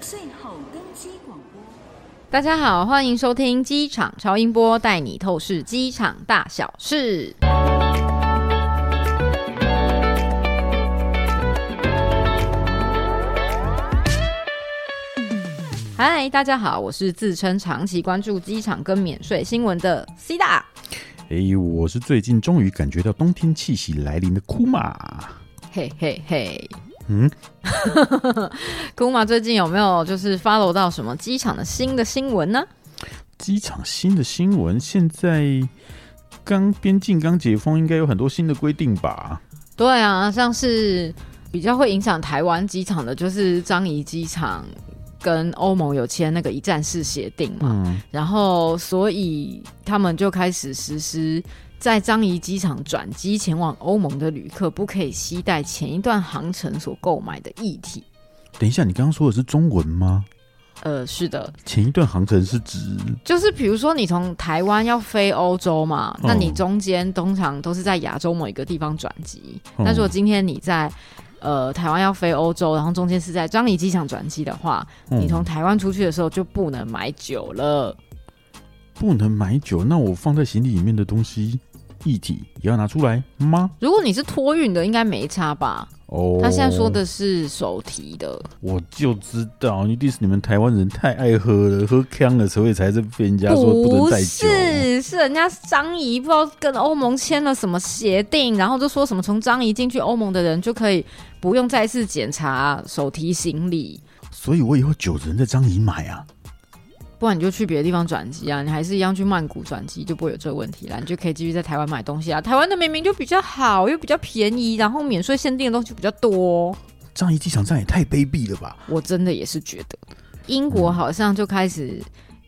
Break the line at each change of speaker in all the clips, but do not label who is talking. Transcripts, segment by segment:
最后登机广播。
大家好，欢迎收听机场超音波，带你透视机场大小事。嗨，大家好，我是自称长期关注机场跟免税新闻的 C 大。
诶，哎我是最近终于感觉到冬天气息来临的库玛。
嘿嘿嘿，
嗯，
姑妈最近有没有就是 follow 到什么机场的新的新闻呢？
机场新的新闻，现在刚边境刚解封，应该有很多新的规定吧？
对啊，像是比较会影响台湾机场的，就是樟宜机场跟欧盟有签那个一站式协定嘛，
嗯，
然后所以他们就开始实施。在樟宜机场转机前往欧盟的旅客，不可以携带前一段航程所购买的液体。
等一下，你刚刚说的是中文吗？
呃，是的，
前一段航程是指
就是比如说你从台湾要飞欧洲嘛，那你
嗯
中间通常都是在亚洲某一个地方转机。
嗯
那如果今天你在呃台湾要飞欧洲，然后中间是在樟宜机场转机的话，你从
嗯、
台湾出去的时候就不能买酒了。
不能买酒，那我放在行李里面的东西液体也要拿出来吗？
如果你是托运的，应该没差吧？
哦，
他现在说的是手提的，
我就知道，一定是你们台湾人太爱喝了，喝呛了，所以才是被人家说能带酒。
是，是人家张仪不知道跟欧盟签了什么协定，然后就说什么从张仪进去欧盟的人就可以不用再次检查手提行李，
所以我以后酒只能在张仪买啊。
不然你就去别的地方转机啊，你还是一样去曼谷转机，就不会有这个问题啦，你就可以继续在台湾买东西啊。台湾的明明就比较好，又比较便宜，然后免税限定的东西比较多、
樟宜机场站也太卑鄙了吧！
我真的也是觉得，英国好像就开始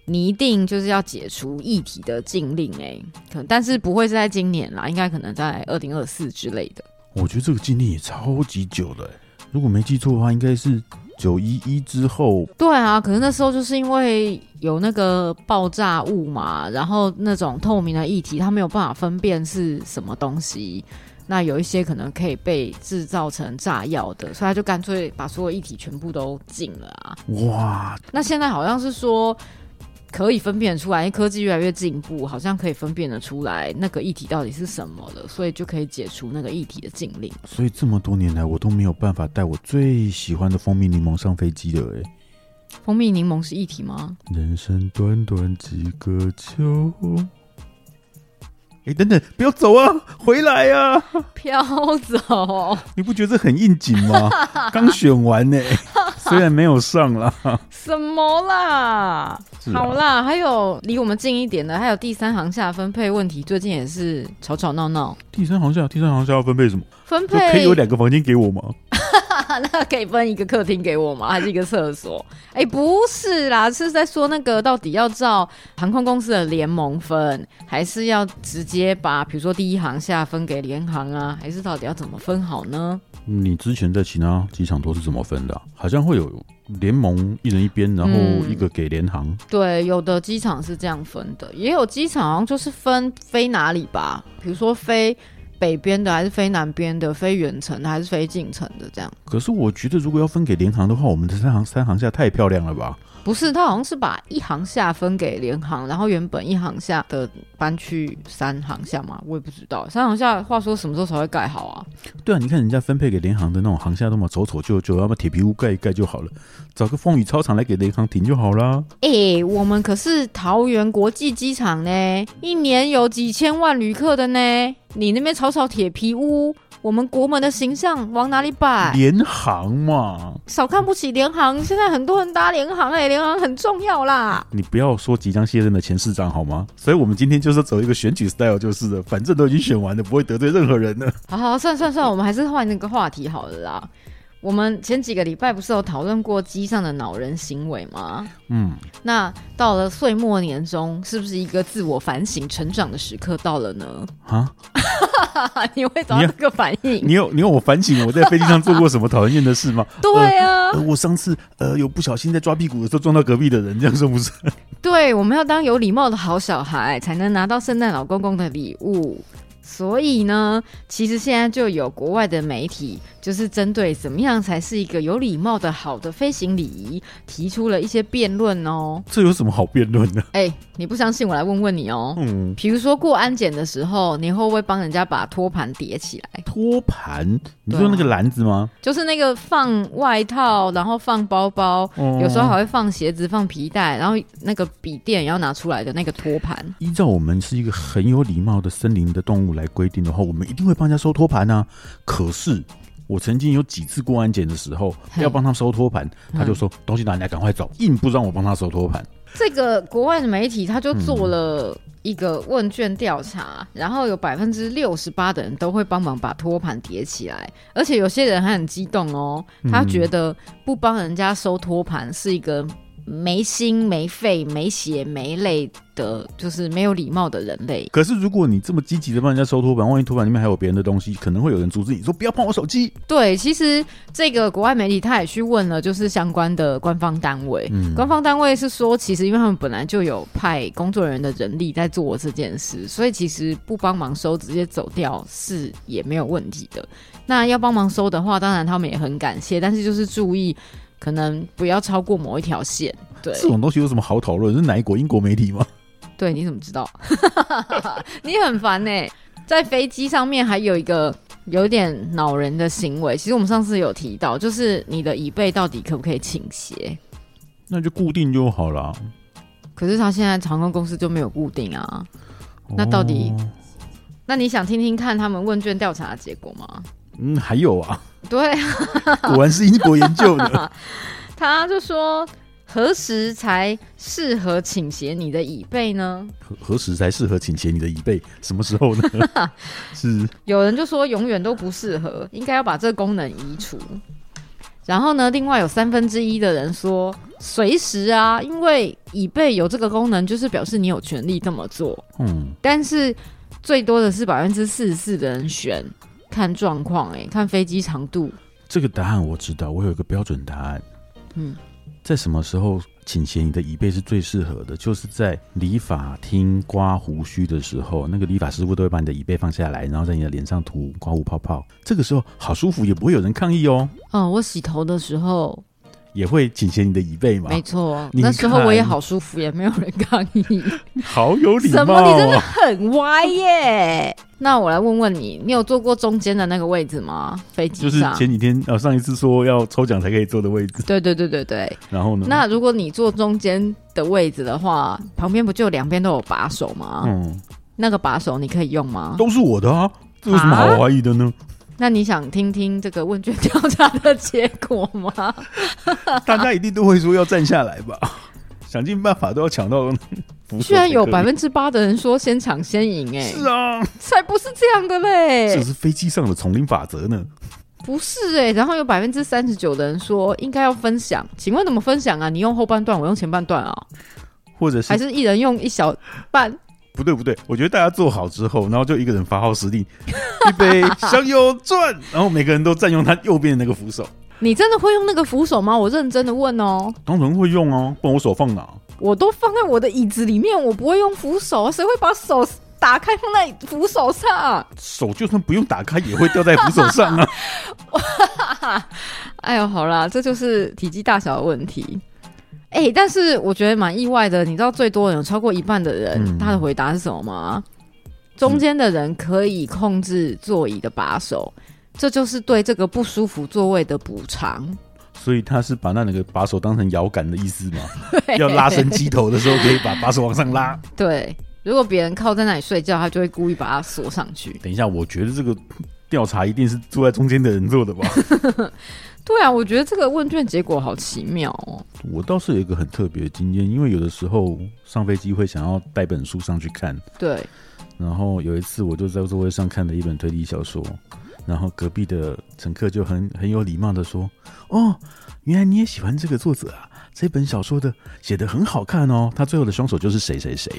拟定就是要解除议题的禁令、欸，可但是不会是在今年啦，应该可能在二零二四之类的。
我觉得这个禁令也超级久了欸、如果没记错的话，应该是九一一之后，
对啊，可是那时候就是因为有那个爆炸物嘛，然后那种透明的液体，它没有办法分辨是什么东西。那有一些可能可以被制造成炸药的，所以他就干脆把所有液体全部都禁了啊。
哇，
那现在好像是说可以分辨得出来，因为科技越来越进步，好像可以分辨得出来那个议题到底是什么了，所以就可以解除那个议题的禁令。
所以这么多年来，我都没有办法带我最喜欢的蜂蜜柠檬上飞机了、欸，
蜂蜜柠檬是议题吗？
人生短短几个秋。哎、等等，不要走啊！回来啊！
飘走
你不觉得这很应景吗？刚选完呢、虽然没有上啦。
什么啦？
是啊
好啦，还有离我们近一点的，还有第三航下分配问题，最近也是吵吵闹闹。
第三航厦，第三航厦要分配什么？
分
就
配
可以有两个房间给我吗？
那 可以分一个客厅给我吗？还是一个厕所？ 哎、不是啦，是在说那个到底要照航空公司的联盟分，还是要直接把比如说第一航下分给联航啊？还是到底要怎么分好呢？
嗯你之前在其他机场都是怎么分的啊、好像会有联盟一人一边，然后
嗯
一个给联航。
对，有的机场是这样分的，也有机场好像就是分飞哪里吧，比如说飞北边的，还是飞南边的，飞远程的，还是飞近程的这样。
可是我觉得，如果要分给联航的话，我们的三航三航下太漂亮了吧？
不是，他好像是把一行下分给联航，然后原本一行下的搬去三行下嘛，我也不知道。三行下话说什么时候才会盖好啊？
对啊，你看人家分配给联航的那种航下都嘛丑丑旧旧，要么铁皮屋盖一盖就好了，找个风雨操场来给联航停就好啦。
诶、我们可是桃园国际机场呢，一年有几千万旅客的呢。你那边吵吵铁皮屋，我们国门的形象往哪里摆？
联航嘛，
少看不起联航，现在很多人搭联航诶、哎联航很重要啦。
你不要说即将卸任的前市长好吗？所以我们今天就是走一个选举 style 就是了，反正都已经选完了，不会得罪任何人的。
好好，算算算，我们还是换那个话题好了啦。我们前几个礼拜不是有讨论过机上的恼人行为吗？
嗯，
那到了岁末年终，是不是一个自我反省、成长的时刻到了呢？
啊，
哈哈，你会找到这个反应？
你有你有我反省我在飞机上做过什么讨人厌的事吗？
对啊，
呃，我上次呃有不小心在抓屁股的时候撞到隔壁的人，这样是不 是？
对，我们要当有礼貌的好小孩，才能拿到圣诞老公公的礼物。所以呢，其实现在就有国外的媒体，就是针对怎么样才是一个有礼貌的好的飞行礼仪，提出了一些辩论哦。
这有什么好辩论的？
哎，你不相信，我来问问你哦。
嗯，
比如说过安检的时候，你会不会帮人家把托盘叠起来？
托盘，你说那个篮子吗？
就是那个放外套，然后放包包，
哦
有时候还会放鞋子、放皮带，然后那个笔电也要拿出来的那个托盘。
依照我们是一个很有礼貌的森林的动物来规定的话，我们一定会帮人家收托盘啊。可是我曾经有几次过安检的时候，
嘿嗯
要帮他收托盘，他就说、东西拿来赶快走，硬不让我帮他收托盘。
这个国外的媒体他就做了一个问卷调查，然后有百分之六十八的人都会帮忙把托盘叠起来，而且有些人还很激动哦，他觉得不帮人家收托盘是一个没心没肺没血没泪的，就是没有礼貌的人类。
可是如果你这么积极的帮人家收托盘，万一托盘里面还有别人的东西，可能会有人阻止你说不要碰我手机。
对，其实这个国外媒体他也去问了，就是相关的官方单位。
嗯
官方单位是说，其实因为他们本来就有派工作人员的人力在做这件事，所以其实不帮忙收直接走掉是也没有问题的。那要帮忙收的话，当然他们也很感谢，但是就是注意，可能不要超过某一条线。对，
这种东西有什么好讨论？是哪一国英国媒体吗？
对，你怎么知道？ 你很烦呢、在飞机上面还有一个有点恼人的行为，其实我们上次有提到，就是你的椅背到底可不可以倾斜？
那就固定就好了。
可是他现在航空公司就没有固定啊。那到底
哦
那你想听听看他们问卷调查的结果吗？
嗯还有 啊，
对啊，
果然是英国研究的。
他就说何时才适合倾斜你的椅背呢？
何何时才适合倾斜你的椅背？什么时候呢？ 是
有人就说永远都不适合，应该要把这个功能移除。然后呢，另外有三分之一的人说随时啊，因为椅背有这个功能，就是表示你有权利这么做。
嗯，
但是最多的是百分之四十四的人选看状况、欸，看飞机长度。
这个答案我知道，我有一个标准答案。
嗯，
在什么时候倾斜你的椅背是最适合的？就是在理发厅刮胡须的时候，那个理发师傅都会把你的椅背放下来，然后在你的脸上涂刮胡泡泡。这个时候好舒服，也不会有人抗议哦，
哦，我洗头的时候，也
也会倾斜你的椅背嘛。
没错，
你
那时候我也
看
好舒服，也没有人抗议。
好有 礼
什
貌
么？你真的
哦！
很歪耶！那我来问问你，你有坐过中间的那个位置吗？飞机
就是
上？
前几天呃上一次说要抽奖才可以坐的位置，
对对对对对。
然后呢？
那如果你坐中间的位置的话，旁边不就两边都有把手吗？
嗯，
那个把手你可以用吗？
都是我的啊，这有什么好怀疑 的呢？
那你想听听这个问卷调查的结果吗？
大家一定都会说要站下来吧，想尽办法都要抢到 扶手才可以。
居然有百分之八的人说先抢先赢、哎，
是啊，
才不是这样的嘞！
这是飞机上的丛林法则呢。
不是哎、然后有百分之三十九的人说应该要分享，请问怎么分享啊？你用后半段，我用前半段啊？
或者
还
是
是一人用一小半？
不对不对，我觉得大家做好之后，然后就一个人发 号施令，一杯香油转，然后每个人都占用他右边的那个扶手。
你真的会用那个扶手吗？我认真的问哦，
当然会用哦，不然我手放哪？
我都放在我的椅子里面，我不会用扶手，谁会把手打开放在扶手上？
手就算不用打开，也会掉在扶手上啊。
哎呦，好啦，这就是体积大小的问题。哎、但是我觉得蛮意外的，你知道最多人有超过一半的人，
嗯
他的回答是什么吗？中间的人可以控制座椅的把手，这就是对这个不舒服座位的补偿。
所以他是把那那个把手当成摇杆的意思嘛？ 要拉伸机头的时候，可以把把手往上拉。
对，如果别人靠在那里睡觉，他就会故意把它锁上去。
等一下，我觉得这个调查一定是坐在中间的人做的吧？
对啊，我觉得这个问卷结果好奇妙哦。
我倒是有一个很特别的经验，因为有的时候上飞机会想要带本书上去看，
对，
然后有一次我就在座位上看了一本推理小说，然后隔壁的乘客就很很有礼貌的说：“哦，原来你也喜欢这个作者啊，这本小说的写的很好看哦，他最后的凶手就是谁谁谁，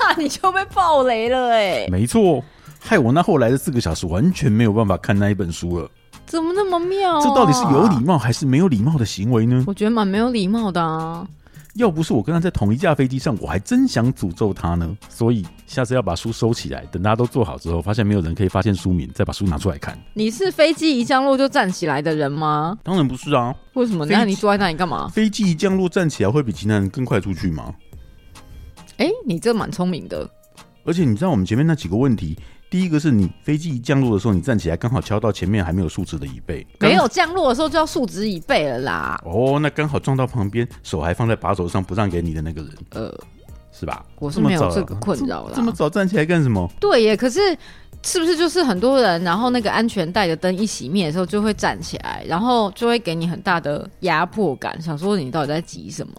那你就被暴雷了哎、
没错。”害我那后来的四个小时完全没有办法看那一本书了，
怎么那么妙、啊？
这到底是有礼貌还是没有礼貌的行为呢？
我觉得蛮没有礼貌的啊。
要不是我跟他在同一架飞机上，我还真想诅咒他呢。所以下次要把书收起来，等大家都做好之后，发现没有人可以发现书名，再把书拿出来看。
你是飞机一降落就站起来的人吗？
当然不是啊，
为什么？
飞机
那你坐在那里干嘛？
飞机一降落站起来会比其他人更快出去吗？
哎、你这蛮聪明的。
而且你知道我们前面那几个问题，第一个是你飞机一降落的时候，你站起来刚好敲到前面还没有树枝的椅背，
没有降落的时候就要竖直椅背了啦。
哦，那刚好撞到旁边手还放在把手上不让给你的那个人，
呃，
是吧？
我是
这么
没
早
有这
了
个困扰啦。
这么早站起来干什么？
对耶，可是是不是就是很多人，然后那个安全带的灯一熄灭的时候就会站起来，然后就会给你很大的压迫感，想说你到底在急什么？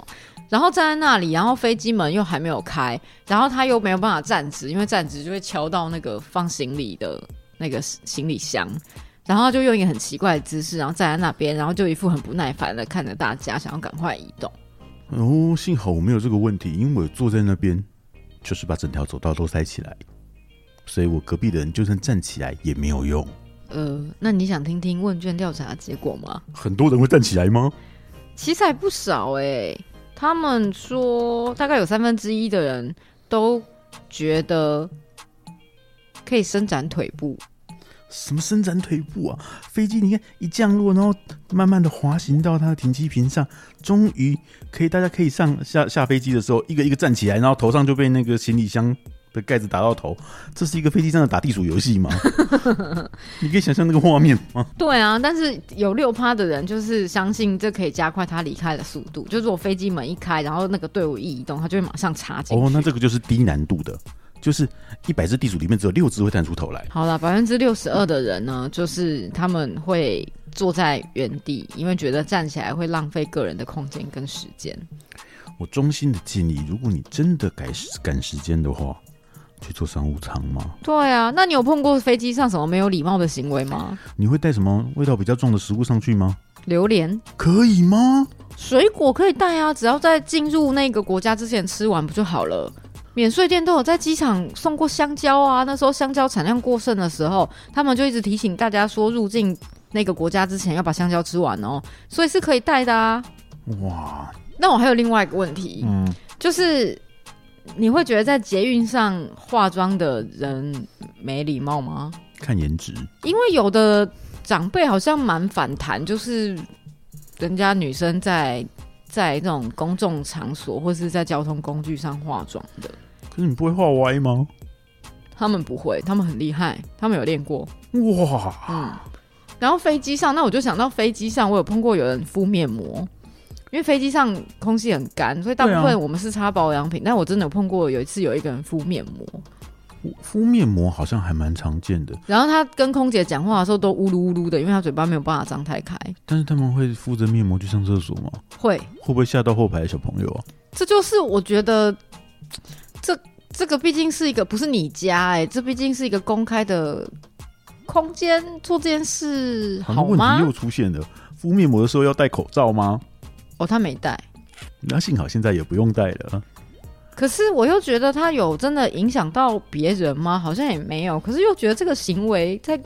然后站在那里，然后飞机门又还没有开，然后他又没有办法站直，因为站直就会敲到那个放行李的那个行李箱，然后他就用一个很奇怪的姿势，然后站在那边，然后就一副很不耐烦的看着大家，想要赶快移动。
哦，幸好我没有这个问题，因为我坐在那边就是把整条走道都塞起来，所以我隔壁的人就算站起来也没有用。
呃，那你想听听问卷调查的结果吗？
很多人会站起来吗？
其实还不少哎、他们说大概有三分之一的人都觉得可以伸展腿部，
什么伸展腿部啊？飞机你看一降落，然后慢慢的滑行到它的停机坪上，终于可以，大家可以上下下飞机的时候，一个一个站起来，然后头上就被那个行李箱的盖子打到头。这是一个飞机上的打地鼠游戏吗？ 你可以想象那个画面吗？
对啊，但是有六趴的人就是相信这可以加快他离开的速度，就是我飞机门一开，然后那个队伍一移动，他就会马上插进去。
哦，那这个就是低难度的，就是一百只地鼠里面只有六只会探出头来。
好了，百分之六十二的人呢，就是他们会坐在原地，因为觉得站起来会浪费个人的空间跟时间。
我衷心的建议，如果你真的赶时赶时间的话，去坐商务舱嘛。
对啊，那你有碰过飞机上什么没有礼貌的行为吗？
你会带什么味道比较重的食物上去吗？
榴莲。
可以吗？
水果可以带啊，只要在进入那个国家之前吃完不就好了？免税店都有在机场送过香蕉啊，那时候香蕉产量过剩的时候，他们就一直提醒大家说，入境那个国家之前要把香蕉吃完哦，所以是可以带的啊。
哇，
那我还有另外一个问题，
嗯，
就是你会觉得在捷运上化妆的人没礼貌吗？
看颜值，
因为有的长辈好像蛮反弹，就是人家女生在在那种公众场所或是在交通工具上化妆的，
可是你不会画歪吗？
他们不会，他们很厉害，他们有练过，
哇，
嗯。然后飞机上，那我就想到飞机上，我有碰过有人敷面膜，因为飞机上空气很干，所以大部
对啊
分我们是擦保养品，但我真的有碰过有一次有一个人敷面膜，
敷面膜好像还蛮常见的，
然后他跟空姐讲话的时候都呜噜呜噜的，因为他嘴巴没有办法张太开，
但是他们会敷着面膜去上厕所吗？
会
会不会吓到后排的小朋友啊？
这就是我觉得这这个毕竟是一个不是你家哎、这毕竟是一个公开的空间，做这件事
好像
好
问题
吗
又？出现了，敷面膜的时候要戴口罩吗？
哦，他没带。
那幸好现在也不用戴了。
可是我又觉得他有真的影响到别人吗？好像也没有。可是又觉得这个行为在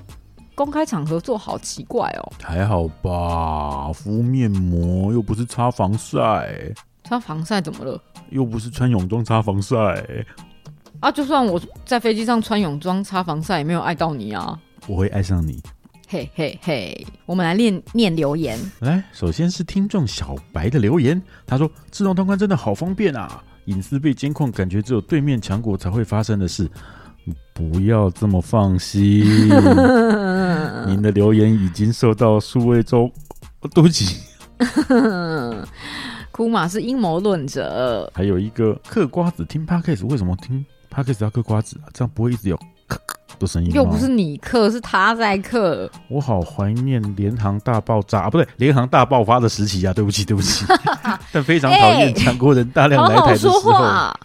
公开场合做好奇怪哦。
还好吧，敷面膜又不是擦防晒，
穿防晒怎么了？
又不是穿泳装擦防晒，
啊，就算我在飞机上穿泳装擦防晒，也没有碍到你啊。
我会爱上你。
嘿嘿嘿，我们来念念留言。
来，首先是听众小白的留言，他说：“自动通关真的好方便啊，隐私被监控，感觉只有对面强国才会发生的事。”不要这么 放心，您的留言已经受到数位周，哦对不起，
库马是阴谋论者，
还有一个嗑瓜子听 podcast，为什么听 podcast 要嗑瓜子啊？这样不会一直有咳咳的声音吗？
又不是你克，是他在克。
我好怀念联航大爆炸啊，不对，联航大爆发的时期啊，对不起，对 不起，但非常讨厌强国人大量
好
来台
哎好
的时
说
候。
话，啊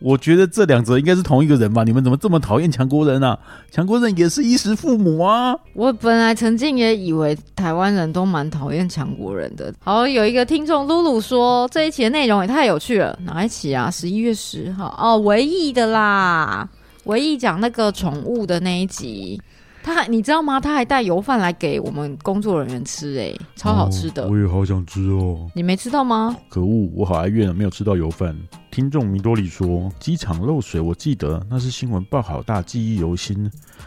我觉得这两则应该是同一个人吧？你们怎么这么讨厌强国人啊？强国人也是衣食父母啊！
我本来曾经也以为台湾人都蛮讨厌强国人的。好，有一个听众露露说，这一期的内容也太有趣了，哪一期啊？十一月十号哦，维艺的啦，维艺讲那个宠物的那一集。他还你知道吗？他还带油饭来给我们工作人员吃、欸，哎，超好吃的。
哦我也好想吃哦。
你没吃到吗？
可恶，我好哀怨啊，没有吃到油饭。听众米多里说，机场漏水，我记得那是新闻报好大，记忆犹新。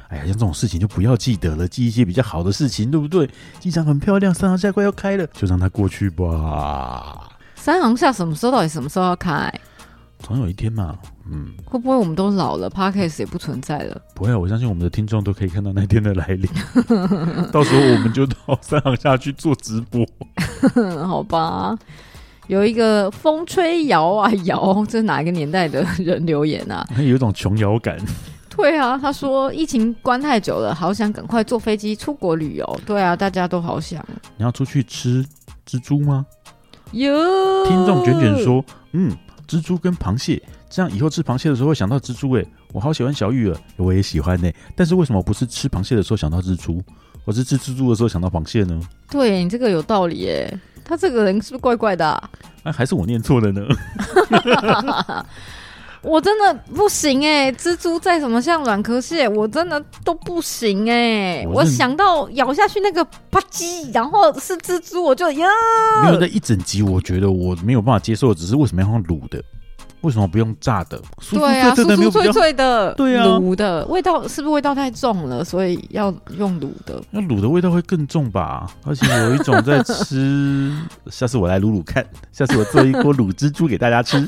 哎呀，像这种事情就不要记得了，记一些比较好的事情，对不对？机场很漂亮，三航下快要开了，就让它过去吧。
三航下什么时候到底什么时候要开？
总有一天嘛，嗯，
会不会我们都老了 p a r k a s 也不存在了？
不会啊，我相信我们的听众都可以看到那天的来 临。到时候我们就到三航下去做直播。
嗯， 好吧。有一个风吹摇啊摇，这是哪一个年代的人留言啊？
有一种琼瑶感。
对啊，他说疫情关太久了，好想赶快坐飞机出国旅游。对啊，大家都好想。
你要出去吃蜘蛛吗？
哟，
听众卷卷，说，嗯，蜘蛛跟螃蟹，这样以后吃螃蟹的时候会想到蜘蛛、欸。哎，我好喜欢小玉儿，我也喜欢呢、欸但是为什么不是吃螃蟹的时候想到蜘蛛，我是吃蜘蛛的时候想到螃蟹呢？
对你这个有道理耶。他这个人是不是怪怪的啊、
哎，还是我念错了 呢？
我真的不行哎，蜘蛛再怎么像软壳蟹，我真的都不行哎。
我
我
认
想到咬下去那个吧唧，然后是蜘蛛，我就呀，
没有，那一整集我觉得我没有办法接受，只是为什么要用卤的？为什么不用炸的？酥
对啊，
酥脆脆
酥
的没有
酥
比
脆
较
脆的，
对啊
卤的味道是不是味道太重了，所以要用卤的？
那卤的味道会更重吧？而且有一种在吃，下次我来卤卤看，下次我做一锅卤蜘蛛给大家吃，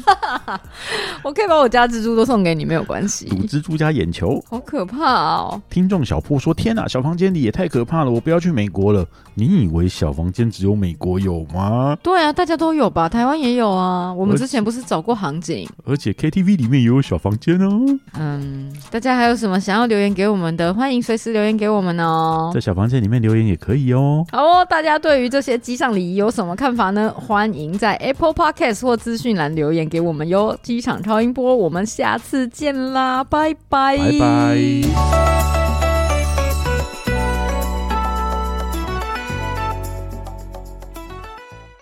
我可以把我家蜘蛛都送给你，没有关系。
卤蜘蛛加眼球。
好可怕哦！
听众小破说：“天哪，啊小房间里也太可怕了，我不要去美国了。”你以为小房间只有美国有吗？
对啊，大家都有吧？台湾也有啊。我们
而
之前不是找过航警？
而且 KTV 里面也有小房间哦，
嗯，大家还有什么想要留言给我们的，欢迎随时留言给我们哦
在。小房间里面留言也可以哦。
好哦，大家对于这些机上礼仪有什么看法呢？欢迎在 Apple Podcast 或资讯栏留言给我们哟。机场超音波，我们下次见啦，拜拜，
拜拜。